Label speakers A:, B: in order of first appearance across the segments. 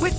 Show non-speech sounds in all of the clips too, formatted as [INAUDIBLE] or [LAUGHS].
A: With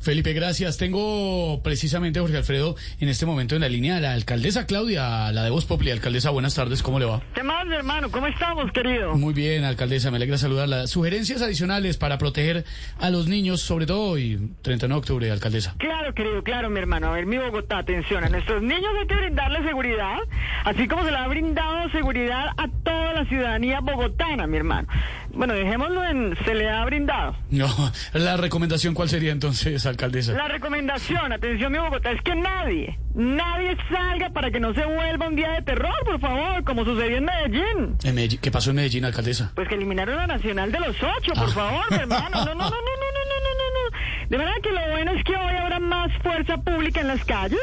B: Felipe, gracias. Tengo precisamente, Jorge Alfredo, en este momento en la línea a la alcaldesa Claudia, la de Voz Populi. Alcaldesa, buenas tardes, ¿cómo le va?
C: ¿Qué más, hermano? ¿Cómo estamos, querido?
B: Muy bien, alcaldesa, me alegra saludarla. Sugerencias adicionales para proteger a los niños, sobre todo hoy, 31 de octubre, alcaldesa.
C: Claro, querido, claro, mi hermano. A ver, mi Bogotá, atención. A nuestros niños hay que brindarles seguridad, así como se le ha brindado seguridad a toda la ciudadanía bogotana, mi hermano. Bueno, dejémoslo en se le ha brindado.
B: No, la recomendación, ¿cuál sería entonces, alcaldesa?
C: La recomendación, atención, mi Bogotá, es que nadie, nadie salga para que no se vuelva un día de terror, por favor, como sucedió en Medellín.
B: En Medellín- ¿Qué pasó en Medellín, alcaldesa?
C: Pues que eliminaron a Nacional de los ocho, por
B: Ah.
C: favor, mi hermano. No, no, no, no, no, no, no, no, no. De verdad que lo bueno es que hoy habrá más fuerza pública en las calles.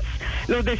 C: Los de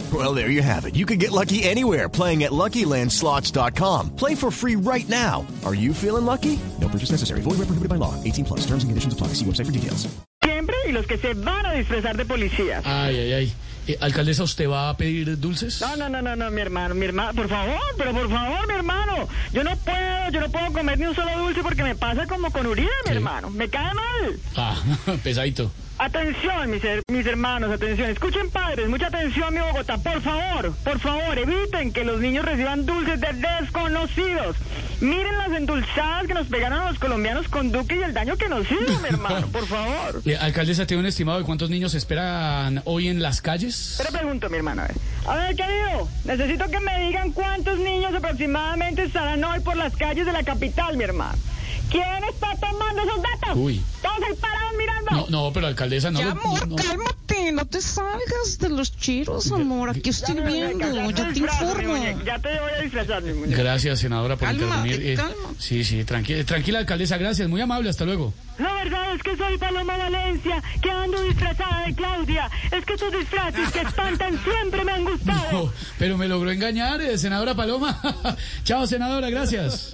D: Well, there you have it. You can get lucky anywhere playing at LuckyLandSlots.com. Play for free right now. Are you feeling lucky? No purchase necessary. Void where prohibited by law. 18 plus. Terms and conditions apply. See website for details.
C: siempre y los que se van a disfrazar de policías.
B: Ay, ay, ay. Eh, alcaldesa, ¿usted va a pedir dulces?
C: No, no, no, no, no, mi hermano, mi hermano, por favor, pero por favor, mi hermano, yo no puedo, yo no puedo comer ni un solo dulce porque me pasa como con Uribe, mi
B: Sí.
C: hermano, me cae mal.
B: Ah, [LAUGHS] pesadito.
C: Atención, mis, her- mis hermanos, atención, escuchen padres, mucha atención, mi Bogotá, por favor, por favor, eviten que los niños reciban dulces de desconocidos. Miren las endulzadas que nos pegaron a los colombianos con Duque y el daño que nos hizo, mi hermano, por favor.
B: Eh, alcaldesa, ¿tiene un estimado de cuántos niños esperan hoy en las calles?
C: Pero pregunto, mi hermano, a ver. A ver, querido, necesito que me digan cuántos niños aproximadamente estarán hoy por las calles de la capital, mi hermano. ¿Quién está tomando esos datos?
B: Uy.
C: Todos ahí parados mirando.
B: No, no, pero alcaldesa, no. lo-
E: amor,
B: no-
E: cálmate, no te salgas de los chiros, amor. Aquí estoy
C: Ya me voy a
E: viendo,
C: disfrazar,
E: yo te
C: disfrazo, mi
E: informo.
C: muñeca, Ya te voy a disfrazar, mi muñeca.
B: Gracias, senadora, por
E: Cálmate,
B: intervenir. Eh,
E: cálmate.
B: sí, sí, tranquila, tranquila, alcaldesa, gracias, muy amable, hasta luego.
C: La verdad es que soy Paloma Valencia, que ando disfrazada de Claudia. Es que tus disfraces que espantan siempre me han gustado.
B: Oh, [LAUGHS] pero me logró engañar, eh, senadora Paloma. [LAUGHS] Chao, senadora, gracias.